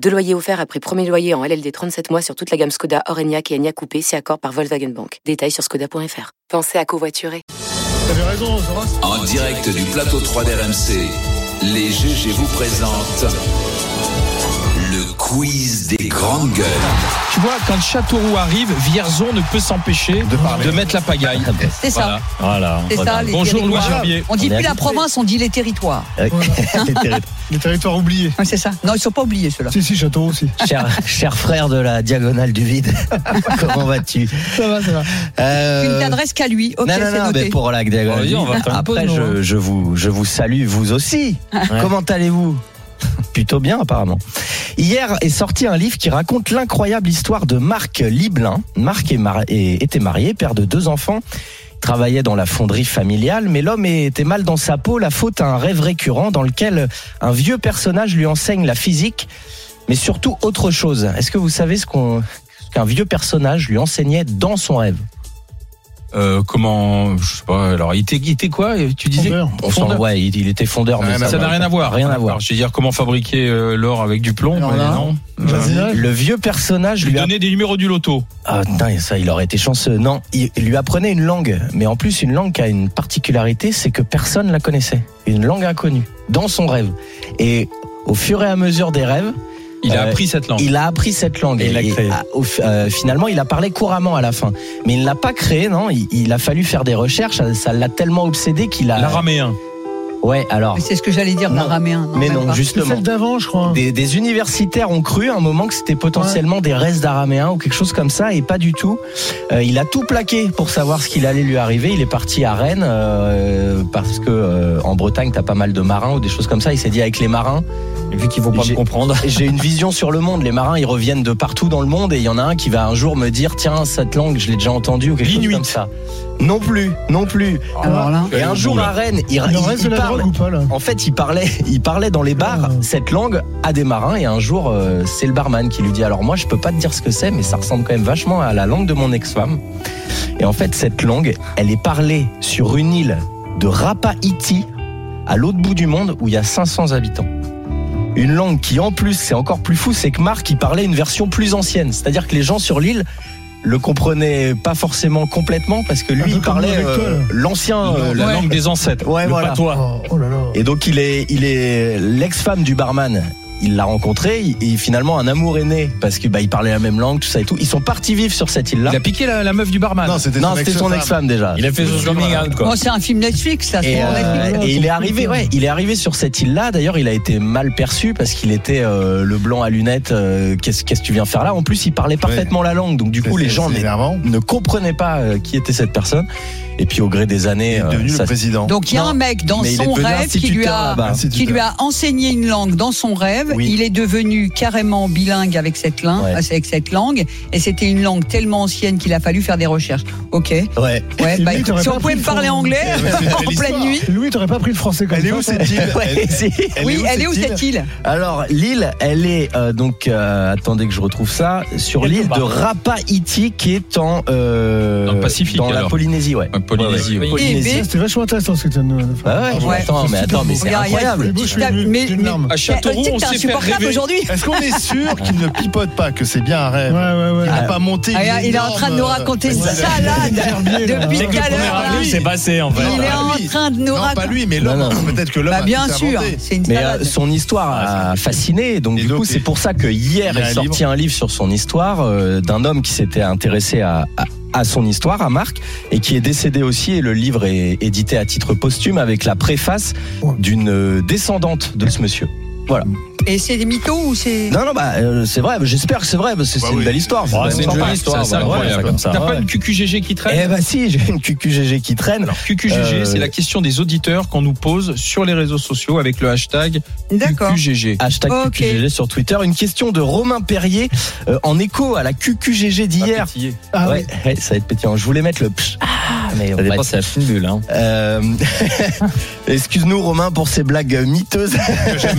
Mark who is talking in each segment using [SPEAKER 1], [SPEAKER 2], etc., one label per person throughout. [SPEAKER 1] Deux loyers offerts après premier loyer en LLD 37 mois sur toute la gamme Skoda, Orenia et Enya Coupé, si accord par Volkswagen Bank. Détails sur skoda.fr. Pensez à covoiturer.
[SPEAKER 2] En direct du plateau 3 d'RMC, les GG vous présentent le quiz des grandes gueules.
[SPEAKER 3] Tu vois, quand Châteauroux arrive, Vierzon ne peut s'empêcher de, mettre la pagaille.
[SPEAKER 4] C'est ça.
[SPEAKER 5] Voilà.
[SPEAKER 4] C'est ça, les
[SPEAKER 3] Bonjour Louis
[SPEAKER 4] territoires.
[SPEAKER 3] Gerbier.
[SPEAKER 4] On dit
[SPEAKER 5] On est
[SPEAKER 4] plus la
[SPEAKER 5] habitué.
[SPEAKER 4] province, on dit les territoires.
[SPEAKER 6] Les territoires oubliés.
[SPEAKER 3] Ah.
[SPEAKER 4] Ouais, c'est ça. Non, ils sont pas oubliés ceux-là.
[SPEAKER 6] Si, si, Château aussi.
[SPEAKER 5] cher, cher frère de la diagonale du vide, comment vas-tu
[SPEAKER 6] Ça va, ça va.
[SPEAKER 5] Euh,
[SPEAKER 4] Tu ne t'adresses qu'à lui. Ok,
[SPEAKER 5] non, non,
[SPEAKER 4] c'est
[SPEAKER 5] non, mais
[SPEAKER 4] noté.
[SPEAKER 5] pour la diagonale
[SPEAKER 3] Vas-y,
[SPEAKER 5] du
[SPEAKER 3] on va
[SPEAKER 5] vide,
[SPEAKER 3] faire une
[SPEAKER 5] Après,
[SPEAKER 3] pause, nous,
[SPEAKER 5] je, je vous, je vous salue, vous aussi. Comment allez-vous Plutôt bien, apparemment. Hier est sorti un livre qui raconte l'incroyable histoire de Marc Liblin. Marc est mar- est- était marié, père de deux enfants. Travaillait dans la fonderie familiale, mais l'homme était mal dans sa peau, la faute à un rêve récurrent dans lequel un vieux personnage lui enseigne la physique, mais surtout autre chose. Est-ce que vous savez ce qu'on- ce qu'un vieux personnage lui enseignait dans son rêve
[SPEAKER 3] Euh, comment, je sais pas, alors, il était, il était quoi Tu disais
[SPEAKER 6] Fondeur.
[SPEAKER 5] On s'en-
[SPEAKER 3] Fondeur.
[SPEAKER 5] ouais, il, il était fondeur, mais
[SPEAKER 3] Ouais, mais ça n'a rien à voir.
[SPEAKER 5] Rien à
[SPEAKER 3] D'accord,
[SPEAKER 5] voir.
[SPEAKER 3] Je veux dire, comment fabriquer euh, l'or avec du plomb
[SPEAKER 6] Alors
[SPEAKER 3] mais
[SPEAKER 6] là,
[SPEAKER 3] Non.
[SPEAKER 6] Vas-y,
[SPEAKER 3] Euh,
[SPEAKER 6] là.
[SPEAKER 5] Le vieux personnage
[SPEAKER 3] Je
[SPEAKER 5] lui,
[SPEAKER 3] lui
[SPEAKER 5] a...
[SPEAKER 3] donnais des numéros du loto.
[SPEAKER 5] ah, putain, ça, il aurait été chanceux. Non, il il lui apprenait une langue, mais en plus une langue qui a une particularité, c'est que personne la connaissait. Une langue inconnue dans son rêve. Et au fur et à mesure des rêves,
[SPEAKER 3] Il a
[SPEAKER 5] Euh,
[SPEAKER 3] appris cette langue.
[SPEAKER 5] il a appris cette langue.
[SPEAKER 3] Et il l'a créée.
[SPEAKER 5] ah, au fi- euh, finalement, il a parlé couramment à la fin, mais il ne l'a pas créé. Non, il, il a fallu faire des recherches. ça- Ça l'a tellement obsédé qu'il a.
[SPEAKER 3] L'araméen.
[SPEAKER 5] ouais, alors.
[SPEAKER 4] Mais C'est ce que j'allais dire,
[SPEAKER 5] Non.
[SPEAKER 4] l'araméen.
[SPEAKER 5] Mais
[SPEAKER 4] même
[SPEAKER 5] non,
[SPEAKER 4] pas.
[SPEAKER 6] C'est
[SPEAKER 5] justement.
[SPEAKER 6] celle d'avant, je crois.
[SPEAKER 5] Des, des universitaires ont cru à un moment que c'était potentiellement des restes d'araméens ou quelque chose comme ça, et pas du tout. Euh, il a tout plaqué pour savoir ce qu'il allait lui arriver. Il est parti à Rennes euh, parce que euh, en Bretagne, t'as pas mal de marins ou des choses comme ça. Il s'est dit avec les marins,
[SPEAKER 7] Vu qu'ils vont pas
[SPEAKER 5] J'ai-
[SPEAKER 7] me comprendre.
[SPEAKER 5] j'ai une vision sur le monde. Les marins, ils reviennent de partout dans le monde, et il y en a un qui va un jour me dire tiens cette langue, je l'ai déjà entendue ou quelque chose
[SPEAKER 3] L'Inuit.
[SPEAKER 5] comme ça. Non plus, non plus.
[SPEAKER 4] Alors là.
[SPEAKER 5] Et un jour à Rennes, il,
[SPEAKER 6] Il en
[SPEAKER 5] il-
[SPEAKER 6] reste de
[SPEAKER 5] il
[SPEAKER 6] la
[SPEAKER 5] parle,
[SPEAKER 6] drogue ou pas, là
[SPEAKER 5] en fait, il parlait, il parlait dans les bars cette langue à des marins et un jour, euh, c'est le barman qui lui dit alors moi je peux pas te dire ce que c'est, mais ça ressemble quand même vachement à la langue de mon ex-femme. Et en fait, cette langue, elle est parlée sur une île de Rapa Iti, à l'autre bout du monde où il y a 500 habitants. Une langue qui en plus, c'est encore plus fou, c'est que Marc il parlait une version plus ancienne, c'est-à-dire que les gens sur l'île le comprenaient pas forcément complètement parce que
[SPEAKER 6] Un peu
[SPEAKER 5] lui
[SPEAKER 6] comme
[SPEAKER 5] il
[SPEAKER 6] nous
[SPEAKER 5] parlait
[SPEAKER 6] avec toi,
[SPEAKER 5] euh,
[SPEAKER 6] là.
[SPEAKER 5] l'ancien euh,
[SPEAKER 3] La langue des ancêtres.
[SPEAKER 5] Ouais,
[SPEAKER 3] le
[SPEAKER 5] voilà.
[SPEAKER 3] patois.
[SPEAKER 6] Oh, oh là là.
[SPEAKER 5] et donc il est, il est l'ex-femme du barman. Il l'a rencontrée et finalement un amour est né parce que bah il parlait la même langue, tout ça et tout. Ils sont partis vivre sur cette île-là.
[SPEAKER 3] Il a piqué la, la meuf du
[SPEAKER 4] Ah,
[SPEAKER 3] barman.
[SPEAKER 8] Non, c'était
[SPEAKER 5] Non,
[SPEAKER 8] son
[SPEAKER 5] c'était
[SPEAKER 8] ex-femme.
[SPEAKER 5] son ex-femme déjà.
[SPEAKER 3] il a fait son coming out, quoi.
[SPEAKER 4] Oh, c'est un film Netflix, ça.
[SPEAKER 5] Et,
[SPEAKER 4] c'est
[SPEAKER 5] euh,
[SPEAKER 4] en Netflix.
[SPEAKER 5] et il est arrivé, ouais, il est arrivé sur cette île-là. D'ailleurs, il a été mal perçu parce qu'il était euh, le blanc à lunettes. euh, Qu'est-ce qu'est-ce que tu viens faire là En plus, il parlait parfaitement la langue, donc du coup,
[SPEAKER 8] C'est-
[SPEAKER 5] les
[SPEAKER 8] c'est-
[SPEAKER 5] gens
[SPEAKER 8] c'est
[SPEAKER 5] ne,
[SPEAKER 8] énervant.
[SPEAKER 5] ne comprenaient pas euh, qui était cette personne. Et puis, au gré des
[SPEAKER 8] Il
[SPEAKER 5] années,
[SPEAKER 8] est
[SPEAKER 5] euh,
[SPEAKER 8] devenu
[SPEAKER 5] ça
[SPEAKER 8] le président.
[SPEAKER 4] Donc il y a
[SPEAKER 5] Non,
[SPEAKER 4] un mec dans
[SPEAKER 5] mais il est
[SPEAKER 4] son
[SPEAKER 5] devenu
[SPEAKER 4] rêve qui lui
[SPEAKER 5] instituteur
[SPEAKER 4] a.
[SPEAKER 5] là-bas.
[SPEAKER 4] Qui lui a enseigné une langue dans son rêve.
[SPEAKER 5] Oui.
[SPEAKER 4] Il est devenu carrément bilingue avec cette, langue,
[SPEAKER 5] Ouais.
[SPEAKER 4] avec cette langue. Et c'était une langue tellement ancienne qu'il a fallu faire des recherches. Ok.
[SPEAKER 5] Ouais.
[SPEAKER 4] Ouais,
[SPEAKER 6] Et
[SPEAKER 4] bah,
[SPEAKER 6] lui,
[SPEAKER 4] écoute,
[SPEAKER 6] t'aurais
[SPEAKER 4] si
[SPEAKER 6] pas
[SPEAKER 4] on pouvait
[SPEAKER 6] pris
[SPEAKER 4] me parler
[SPEAKER 6] son-
[SPEAKER 4] anglais
[SPEAKER 8] Eh,
[SPEAKER 4] euh,
[SPEAKER 8] mais c'est
[SPEAKER 4] en
[SPEAKER 8] belle
[SPEAKER 4] pleine
[SPEAKER 8] histoire.
[SPEAKER 4] nuit.
[SPEAKER 6] Louis, t'aurais pas pris le français comme
[SPEAKER 8] Elle est
[SPEAKER 6] ça,
[SPEAKER 8] où
[SPEAKER 6] toi
[SPEAKER 8] cette île Elle-
[SPEAKER 5] Ouais, si.
[SPEAKER 8] elle est
[SPEAKER 4] Oui,
[SPEAKER 8] où,
[SPEAKER 4] elle est où
[SPEAKER 8] île
[SPEAKER 4] cette île
[SPEAKER 5] Alors l'île, elle est euh, donc euh, attendez que je retrouve ça sur l'île de Rapa Iti qui est en euh,
[SPEAKER 3] Dans le Pacifique,
[SPEAKER 5] dans la
[SPEAKER 3] alors.
[SPEAKER 5] Polynésie, ouais.
[SPEAKER 3] Ouais, Polynésie, ouais.
[SPEAKER 4] Et-
[SPEAKER 6] C'était vachement intéressant ce que tu viens de nous faire.
[SPEAKER 5] Bah ouais,
[SPEAKER 4] Ouais.
[SPEAKER 5] attends, mais attends, mais c'est
[SPEAKER 4] Regarde, il y a-
[SPEAKER 5] incroyable.
[SPEAKER 6] C'est beau, je suis
[SPEAKER 4] Mais-
[SPEAKER 6] ému,
[SPEAKER 4] mais-
[SPEAKER 6] j'ai une larme.
[SPEAKER 3] À Châteauroux,
[SPEAKER 4] Eh,
[SPEAKER 3] on s'est
[SPEAKER 4] tu sais que t'es
[SPEAKER 3] fait
[SPEAKER 4] insupportable
[SPEAKER 3] rêver.
[SPEAKER 4] aujourd'hui.
[SPEAKER 8] Est-ce qu'on est sûr qu'il ne pipote pas, que c'est bien un
[SPEAKER 6] Ouais,
[SPEAKER 8] rêve
[SPEAKER 6] ouais, ouais.
[SPEAKER 8] Il n'a pas monté.
[SPEAKER 4] Ah,
[SPEAKER 8] une
[SPEAKER 4] il est en train de nous
[SPEAKER 8] énorme,
[SPEAKER 4] raconter
[SPEAKER 8] euh,
[SPEAKER 4] une
[SPEAKER 8] voilà.
[SPEAKER 4] salade
[SPEAKER 5] Ah,
[SPEAKER 4] depuis
[SPEAKER 7] C'est que
[SPEAKER 4] tout
[SPEAKER 7] le
[SPEAKER 4] à
[SPEAKER 7] premier
[SPEAKER 4] l'heure.
[SPEAKER 7] avril,
[SPEAKER 4] là.
[SPEAKER 7] c'est passé en fait.
[SPEAKER 4] Il
[SPEAKER 8] Non,
[SPEAKER 4] est
[SPEAKER 8] pas
[SPEAKER 4] en
[SPEAKER 8] lui.
[SPEAKER 4] train de nous
[SPEAKER 8] Non, pas
[SPEAKER 4] raconter.
[SPEAKER 8] lui, mais
[SPEAKER 5] Non, non.
[SPEAKER 8] l'homme. Peut-être que l'homme.
[SPEAKER 4] Bah,
[SPEAKER 8] a
[SPEAKER 4] bien
[SPEAKER 8] tout
[SPEAKER 4] sûr,
[SPEAKER 8] inventé.
[SPEAKER 4] c'est une
[SPEAKER 5] Mais
[SPEAKER 4] salade.
[SPEAKER 5] euh, son histoire a fasciné, donc
[SPEAKER 8] Et
[SPEAKER 5] du
[SPEAKER 8] donc,
[SPEAKER 5] coup
[SPEAKER 8] et-
[SPEAKER 5] c'est pour ça que hier
[SPEAKER 8] il y a
[SPEAKER 5] est
[SPEAKER 8] un
[SPEAKER 5] sorti un livre sur son histoire euh, d'un homme qui s'était intéressé à, à, à son histoire, à Marc, et qui est décédé aussi. Et le livre est édité à titre posthume avec la préface
[SPEAKER 6] Ouais.
[SPEAKER 5] d'une euh, descendante de ce monsieur.
[SPEAKER 4] Et c'est des mythos ou c'est.
[SPEAKER 5] Non, non, bah euh, c'est vrai. J'espère que c'est vrai parce que
[SPEAKER 8] Bah
[SPEAKER 5] c'est une
[SPEAKER 8] oui.
[SPEAKER 5] belle histoire.
[SPEAKER 8] Bah,
[SPEAKER 5] quand
[SPEAKER 3] c'est
[SPEAKER 5] même
[SPEAKER 3] une
[SPEAKER 5] sympa.
[SPEAKER 3] jolie histoire,
[SPEAKER 5] Ça,
[SPEAKER 3] bah,
[SPEAKER 5] ouais,
[SPEAKER 3] incroyable.
[SPEAKER 5] ça, comme ça,
[SPEAKER 3] T'as
[SPEAKER 5] ouais.
[SPEAKER 3] pas une QQGG qui traîne
[SPEAKER 5] Eh bah si, j'ai une QQGG qui traîne.
[SPEAKER 3] Alors, QQGG,
[SPEAKER 5] Euh,
[SPEAKER 3] c'est la question des auditeurs qu'on nous pose sur les réseaux sociaux avec le hashtag
[SPEAKER 4] D'accord.
[SPEAKER 3] QQGG.
[SPEAKER 5] Hashtag
[SPEAKER 4] Ok.
[SPEAKER 5] QQGG sur Twitter. Une question de Romain Perrier euh, en écho à la QQGG d'hier.
[SPEAKER 3] Appétillé.
[SPEAKER 6] Ah,
[SPEAKER 5] ouais, ouais, ça va être pétillant. Je voulais mettre le psh, ah, mais
[SPEAKER 7] Ça
[SPEAKER 5] on va
[SPEAKER 7] dépend,
[SPEAKER 5] être-
[SPEAKER 7] c'est la fine bulle. Hein.
[SPEAKER 5] Euh, Excuse-nous Romain pour ces blagues miteuses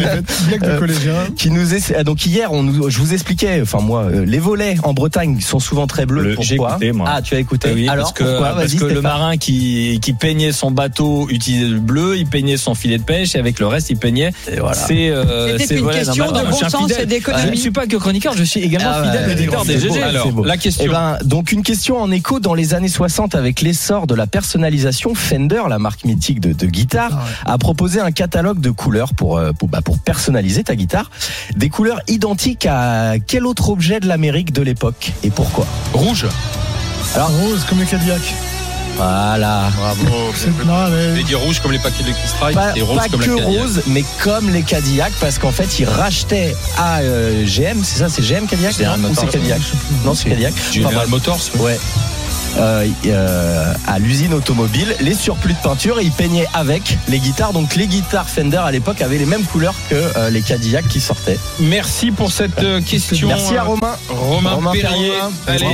[SPEAKER 5] Euh,
[SPEAKER 6] Blague de collégien.
[SPEAKER 5] qui nous essa- Ah, donc hier on nous je vous expliquais enfin moi euh, les volets en Bretagne sont souvent très bleus
[SPEAKER 7] Le- j'ai
[SPEAKER 5] pourquoi
[SPEAKER 7] écouté, moi.
[SPEAKER 5] Ah tu as écouté
[SPEAKER 7] Eh oui,
[SPEAKER 5] alors
[SPEAKER 7] parce que,
[SPEAKER 5] pourquoi
[SPEAKER 7] parce
[SPEAKER 5] Vas-y,
[SPEAKER 7] que le
[SPEAKER 5] Stéphane.
[SPEAKER 7] marin qui, qui peignait son bateau utilisait le bleu, il peignait son filet de pêche et avec le reste il peignait
[SPEAKER 5] Et voilà.
[SPEAKER 7] ses, euh,
[SPEAKER 4] C'était
[SPEAKER 7] ses
[SPEAKER 4] une
[SPEAKER 7] volets d'un
[SPEAKER 4] question
[SPEAKER 7] marin.
[SPEAKER 4] de
[SPEAKER 7] Je suis
[SPEAKER 4] bon
[SPEAKER 7] un
[SPEAKER 4] sens
[SPEAKER 7] fidèle-
[SPEAKER 4] et d'économie.
[SPEAKER 7] Je ne suis pas que chroniqueur, je suis également
[SPEAKER 5] Ah ouais,
[SPEAKER 7] fidèle
[SPEAKER 5] c'est
[SPEAKER 7] auditeur
[SPEAKER 5] bon,
[SPEAKER 7] des
[SPEAKER 5] c'est
[SPEAKER 7] GG.
[SPEAKER 5] beau,
[SPEAKER 7] Alors,
[SPEAKER 5] c'est beau.
[SPEAKER 7] la question.
[SPEAKER 5] Eh ben, donc une question en écho dans les années 60 avec l'essor de la personnalisation Fender, la marque mythique de, de guitare,
[SPEAKER 6] Ah
[SPEAKER 5] a proposé un catalogue de couleurs pour euh, pour, bah, pour personnaliser ta guitare, des couleurs identiques à quel autre objet de l'Amérique de l'époque et pourquoi
[SPEAKER 3] Rouge.
[SPEAKER 6] Rose comme les Cadillacs.
[SPEAKER 5] Voilà.
[SPEAKER 8] Bravo.
[SPEAKER 6] Non,
[SPEAKER 3] Je
[SPEAKER 6] mais.
[SPEAKER 3] vais dire rouge comme les paquets de Strike
[SPEAKER 5] Pas,
[SPEAKER 3] et rose
[SPEAKER 5] pas
[SPEAKER 3] comme
[SPEAKER 5] que
[SPEAKER 3] la Cadillac.
[SPEAKER 5] rose, mais comme les Cadillac, parce qu'en fait, ils rachetaient à euh, GM, c'est ça, c'est GM Cadillac
[SPEAKER 7] Général
[SPEAKER 5] non Ou c'est
[SPEAKER 7] Motors.
[SPEAKER 5] Cadillac Non, c'est Cadillac. Enfin,
[SPEAKER 3] General
[SPEAKER 5] bref.
[SPEAKER 3] Motors.
[SPEAKER 5] Ouais. Euh, euh, à l'usine automobile, les surplus de peinture et ils peignaient avec les guitares. Donc les guitares Fender à l'époque avaient les mêmes couleurs que euh, les Cadillac qui sortaient.
[SPEAKER 3] Merci pour cette euh, question.
[SPEAKER 5] Merci à Romain.
[SPEAKER 3] Romain,
[SPEAKER 5] Romain
[SPEAKER 3] Perrier.
[SPEAKER 5] Perrier.
[SPEAKER 3] Allez.